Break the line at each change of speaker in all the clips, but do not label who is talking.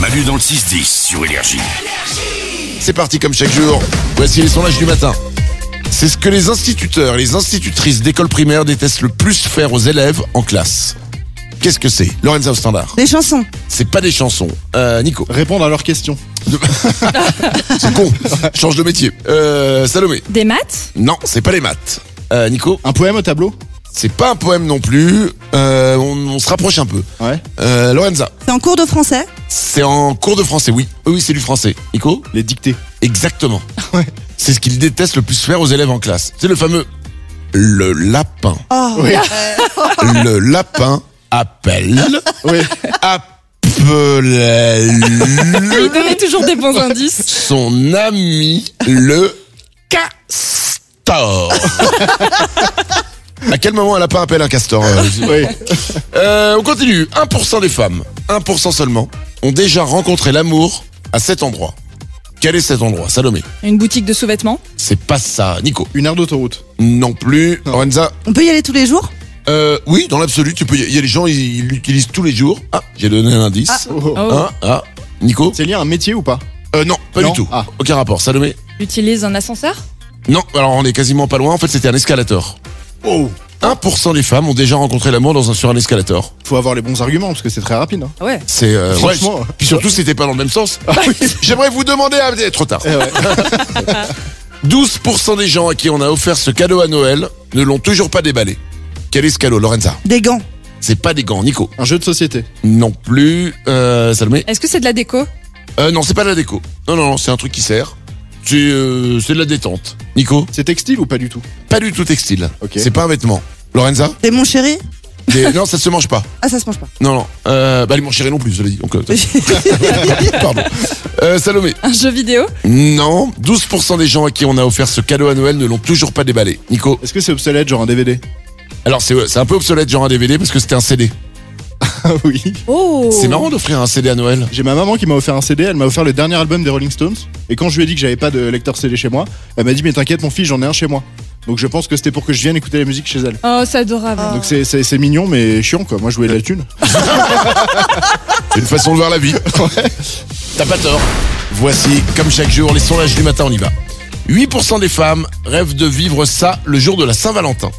Manu dans le 6-10 sur Énergie.
C'est parti comme chaque jour. Voici les sondages du matin. C'est ce que les instituteurs et les institutrices d'école primaire détestent le plus faire aux élèves en classe. Qu'est-ce que c'est Lorenzo Standard.
Des chansons.
C'est pas des chansons. Euh, Nico.
Répondre à leurs questions.
C'est con. Change de métier. Euh, Salomé.
Des maths
Non, c'est pas les maths. Euh, Nico.
Un poème au tableau
C'est pas un poème non plus. Euh, on, on se rapproche un peu.
Ouais.
Euh, Lorenza.
C'est en cours de français.
C'est en cours de français, oui. Oui, oui, c'est du français. Nico
Les dictées.
Exactement.
Ouais.
C'est ce qu'ils détestent le plus faire aux élèves en classe. C'est le fameux le lapin.
Oh.
Oui.
Le lapin appelle
oui.
appelle
Il donnait toujours des bons indices.
son ami le castor. À quel moment un lapin appelle un castor euh,
Oui.
Euh, on continue. 1% des femmes, 1% seulement, ont déjà rencontré l'amour à cet endroit. Quel est cet endroit, Salomé
Une boutique de sous-vêtements
C'est pas ça. Nico
Une heure d'autoroute.
Non plus.
Non.
Lorenza
On peut y aller tous les jours.
euh, Oui, dans l'absolu, tu peux. y- Il y a des gens, ils ils l'utilisent tous les jours. Ah, j'ai donné un indice.
Oh.
Oh.
Hein, ah, Nico
C'est lié à un métier ou pas
Euh, Non, pas
Non.
du tout.
Ah.
Aucun rapport. Salomé
Utilise un ascenseur
Non, alors on est quasiment pas loin. En fait, c'était un escalator.
Oh
1% des femmes ont déjà rencontré l'amour dans un, sur un escalator.
Faut avoir les bons arguments parce que c'est très rapide. hein.
Ah ouais.
C'est euh,
Franchement. Ah
ouais, puis surtout c'était pas dans le même sens. J'aimerais vous demander à eh, trop tard.
Eh ouais.
12% des gens à qui on a offert ce cadeau à Noël ne l'ont toujours pas déballé. Quel est ce cadeau, Lorenza
Des gants.
C'est pas des gants, Nico.
Un jeu de société.
Non plus, euh, Salomé.
Est-ce que c'est de la déco
Euh, non, c'est pas de la déco. Non, non, non, c'est un truc qui sert. C'est euh, c'est de la détente. Nico,
C'est textile ou pas du tout
pas du tout textile.
Ok.
C'est pas un vêtement. Lorenza
Des mon chéri.
Des- Non, ça se mange pas.
Ah, ça se mange pas.
Non, non. Euh, bah, les chéri non plus, je l'ai dit. Donc, euh, pardon. Euh, Salomé.
Un jeu vidéo
Non, 12% des gens à qui on a offert ce cadeau à Noël ne l'ont toujours pas déballé. Nico,
Est-ce que c'est obsolète, genre un DVD
alors c'est c'est un peu obsolète genre un DVD parce que c'était un CD.
Ah oui.
Oh
C'est marrant d'offrir un CD à Noël.
J'ai ma maman qui m'a offert un CD, elle m'a offert le dernier album des Rolling Stones. Et quand je lui ai dit que j'avais pas de lecteur CD chez moi, elle m'a dit Mais t'inquiète, mon fils, j'en ai un chez moi. Donc je pense que c'était pour que je vienne écouter la musique chez elle.
Oh, c'est adorable.
Donc c'est- c'est c'est mignon, mais chiant quoi. Moi je voulais de la thune.
C'est une façon de voir la vie. T'as pas tort. Voici, comme chaque jour, les sondages du matin, on y va. 8% des femmes rêvent de vivre ça le jour de la Saint-Valentin.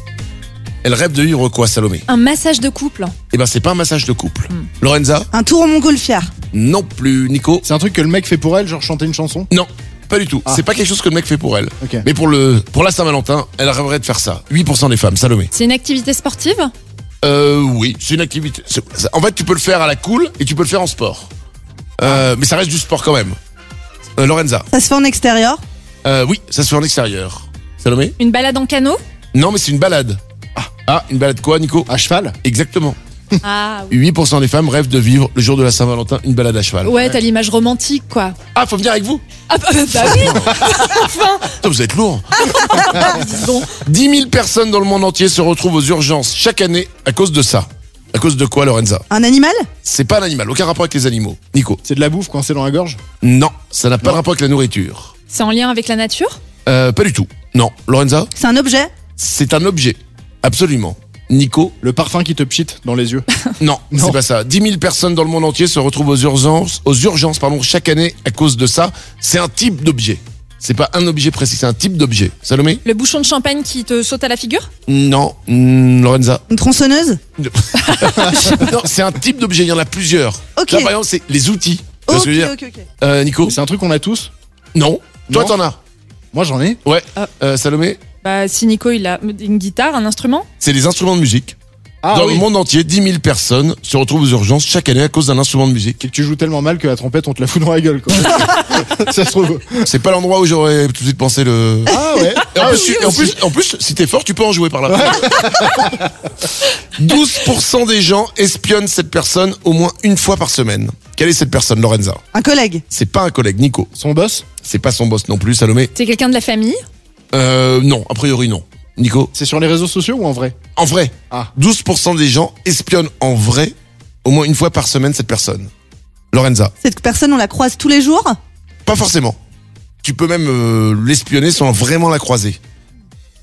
Elles rêvent de vivre quoi, Salomé
Un massage de couple.
Eh ben, c'est pas un massage de couple. Lorenza
Un tour en montgolfière.
Non plus. Nico
C'est un truc que le mec fait pour elle, genre chanter une chanson
Non, pas du tout.
Ah.
C'est pas quelque chose que le mec fait pour elle.
Ok.
Mais pour, le, pour la Saint-Valentin, elle rêverait de faire ça. 8% des femmes, Salomé.
C'est une activité sportive
Euh, oui, c'est une activité. c'est- c'est- En fait, tu peux le faire à la cool et tu peux le faire en sport. Euh, mais ça reste du sport quand même. Euh, Lorenza.
Ça se fait en extérieur.
Euh, oui, ça se fait en extérieur. Salomé
Une balade en canot
Non, mais c'est une balade. Ah, ah, une balade quoi, Nico
À cheval
Exactement.
Ah
8% des femmes rêvent de vivre le jour de la Saint-Valentin une balade à cheval.
Ouais, t'as l'image romantique, quoi.
Ah, faut venir avec vous
Ah bah, bah oui bah
Putain, Vous êtes lourd.
Dis donc.
10 000 personnes dans le monde entier se retrouvent aux urgences chaque année à cause de ça. À cause de quoi, Lorenza
Un animal.
C'est pas un animal, aucun rapport avec les animaux. Nico
C'est de la bouffe coincée dans la gorge
Non, ça n'a pas de rapport avec la nourriture.
C'est en lien avec la nature
Euh, pas du tout. Non. Lorenza,
C'est un objet.
c'est un objet. Absolument. Nico,
Le parfum qui te pchite dans les yeux
non,
Non.
c'est pas ça. 10 000 personnes dans le monde entier se retrouvent aux urgences, aux urgences pardon, chaque année à cause de ça. C'est un type d'objet. C'est pas un objet précis, c'est un type d'objet. Salomé
Le bouchon de champagne qui te saute à la figure
Non. Hmm, Lorenza
Une tronçonneuse.
Non, c'est un type d'objet, il y en a plusieurs.
Ok.
Là, par exemple, c'est les outils. Tu vois ce
Ok,
que je veux dire
ok, ok.
Euh, Nico
C'est un truc qu'on a tous
Non. Toi,
Non.
t'en as
Moi j'en ai.
Ouais.
Ah.
Euh, Salomé
Bah, si Nico, il a une guitare, un instrument
C'est les instruments de musique.
Ah
dans
oui.
le monde entier, 10 000 personnes se retrouvent aux urgences chaque année à cause d'un instrument de musique.
Et que tu joues tellement mal que la trompette on te la fout dans la gueule quoi. Ça se trouve.
C'est pas l'endroit où j'aurais tout de suite pensé le.
Ah ouais
Et en, plus, tu- en plus- en plus, si t'es fort, tu peux en jouer par là. 12% des gens espionnent cette personne au moins une fois par semaine. Quelle est cette personne, Lorenza
Un collègue.
C'est pas un collègue, Nico.
Son boss
C'est pas son boss non plus, Salomé.
C'est quelqu'un de la famille
Euh, non, a priori non. Nico
C'est sur les réseaux sociaux ou en vrai
En vrai,
Ah.
12% des gens espionnent en vrai au moins une fois par semaine cette personne. Lorenza,
Cette personne, on la croise tous les jours.
pas forcément. Tu peux même euh, l'espionner sans vraiment la croiser.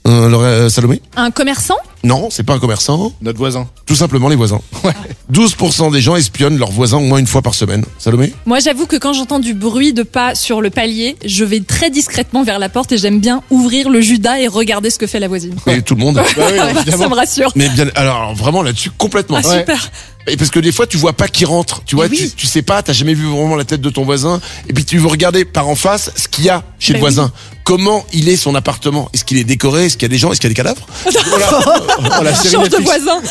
Euh, Lore- euh, Salomé
Un commerçant
Non, c'est pas un commerçant.
Notre voisin.
Tout simplement les voisins. 12% des gens espionnent leurs voisins au moins une fois par semaine. Salomé
Moi, j'avoue que quand j'entends du bruit de pas sur le palier, je vais très discrètement vers la porte et j'aime bien ouvrir le judas et regarder ce que fait la voisine.
Et tout le monde.
Bah oui,
Ça
évidemment.
me rassure.
Mais bien, alors vraiment là-dessus complètement.
Ah, super.
Et parce que des fois tu vois pas qui rentre, tu vois,
Mais
tu,
oui.
tu sais pas, t'as jamais vu vraiment la tête de ton voisin, et puis tu veux regarder par en face ce qu'il y a chez le
Bah oui.
voisin, comment il est son appartement, est-ce qu'il est décoré, est-ce qu'il y a des gens, est-ce qu'il y a des cadavres
Oh, la série
Change de
Netflix.
voisin.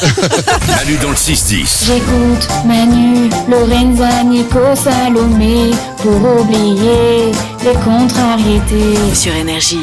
Manu dans le 6-10.
J'écoute Manu, Lorenza, Nico, Salomé pour oublier les contrariétés.
sur énergie.